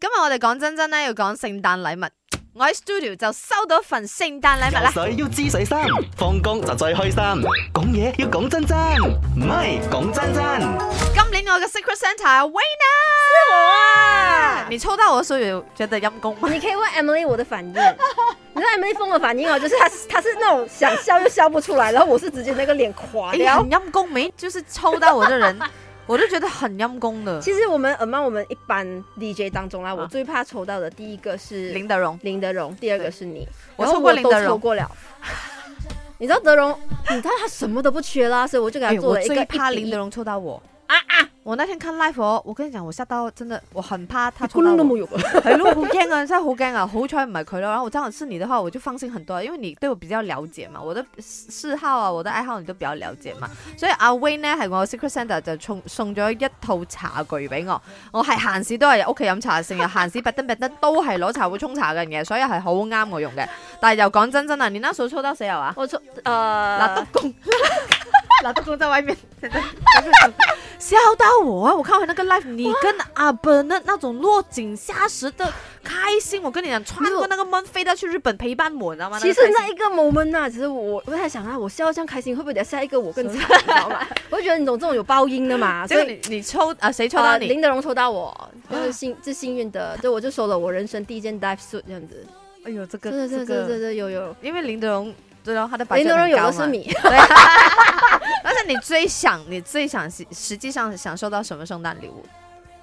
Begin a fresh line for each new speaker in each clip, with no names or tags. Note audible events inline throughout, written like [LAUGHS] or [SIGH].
今日我哋講真真咧，要講聖誕禮物。我喺 studio 就收到一份聖誕禮物啦
游。水要知水深，放工就最開心。講嘢要講真真，唔係講真真。
今年我嘅 Secret Santa 係 Wayne 啊，你抽到我的時候有覺得陰公嗎？
你可以问 Emily 我的反应，你知道 Emily 疯的反应哦，就是她她是那种想笑又笑不出来，然后我是直接那个脸垮
哎、呀，
掉
很。陰公沒？就是抽到我的 [LAUGHS] 人，我就覺得很陰公的。
其实我们 a m o n 我们一般 DJ 当中啦，我
啊
最怕抽到的第一个是
林德榮，
林德荣，第二个是你，
我
然后
抽过
我
林
都
德荣
抽过了。你知道德荣，你知道他什么都不缺啦，所以我就给
哎
他
呦，
做
我
了一个
最怕
一比
林
一
德，榮抽到我啊啊！我那天看 live 哦，我跟你講，我嚇到真的，我很怕他抽
咕
到
噜都
我
没。有。
係咯，好驚啊， [LAUGHS] 真係好驚啊！好彩唔係佢咯。然後我正好是你的話，我就放心很多，因為你對我比較了解嘛，我的嗜好啊，我的愛好你都比較了解嘛。所以阿 Wayne 呢，係我 Secret Santa 就送送咗一套茶具俾我，我係閒時都係屋企飲茶，成日閒時 b 登 d 登都係攞茶壺沖茶嘅人嘅，所以係好啱我用嘅。但係又講真真啊，你那時候抽到誰有啊？
我抽
拿
呃
督，公，拿督公在外面，笑到我啊！我看回那个 live，你跟阿本那那种落井下石的开心，我跟你讲，穿过那个门飞到去日本陪伴我，你知道吗？
其实
个开
那
心
一个 moment 呐、其实我不太想啊，我笑得这样开心，会不会等下下一个我更惨，你知道吗？我就觉得你懂这种有报应的嘛，
结
所
果
以
你你抽啊，谁抽到
呃
你？啊
林德荣抽到我，就是幸最幸运的，就我就收了我人生第一件 dive suit 这样子，
哎呦，这
对
个
对对
这
对对
个，
对，有有，
因为林德荣，对哦，他的
林德荣
荣
有的是。米， [LAUGHS]
对，但啊是你最想，你最想实实际上想收到什么圣诞礼物？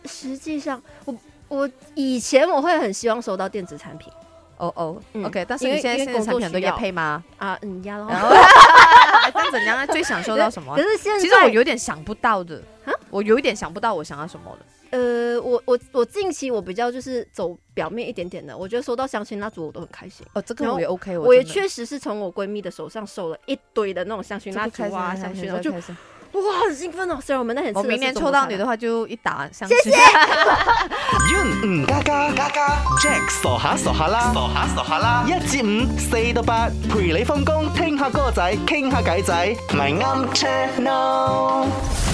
实际上我我以前我会很希望收到电子产品
哦哦
嗯
，OK，但是
因
你
为
现在
因为
现在
工
产
作
品很多
需
也
要
配吗？
啊，嗯呀
然
咯， [LAUGHS]
后，但怎样呢？最想收到什么
可？是现在
其实我有点想不到的
啊，
我有一点想不到我想要什么的。
呃，我我我近期我比较就是走表面一点点的，我觉得收到相亲蜡烛我都很开心。
哦，这
然
个
后
我也 OK，
我也
真的
确实是从我闺蜜的手上收了一堆的那种香
这
薰蜡
个
烛
开心
啊、
开
香
心
薰，我就
开心
哇很兴奋哦。虽然我们那天吃
我
的是
明年
中国
抽到
菜
你
啦
的话就一打香
谢
薰。
Yun 吳家家家家 Jack 傻下傻下啦，傻下傻下啦，一至五四到八陪你放工，聽下歌仔，傾下偈仔，咪啱 c h a n n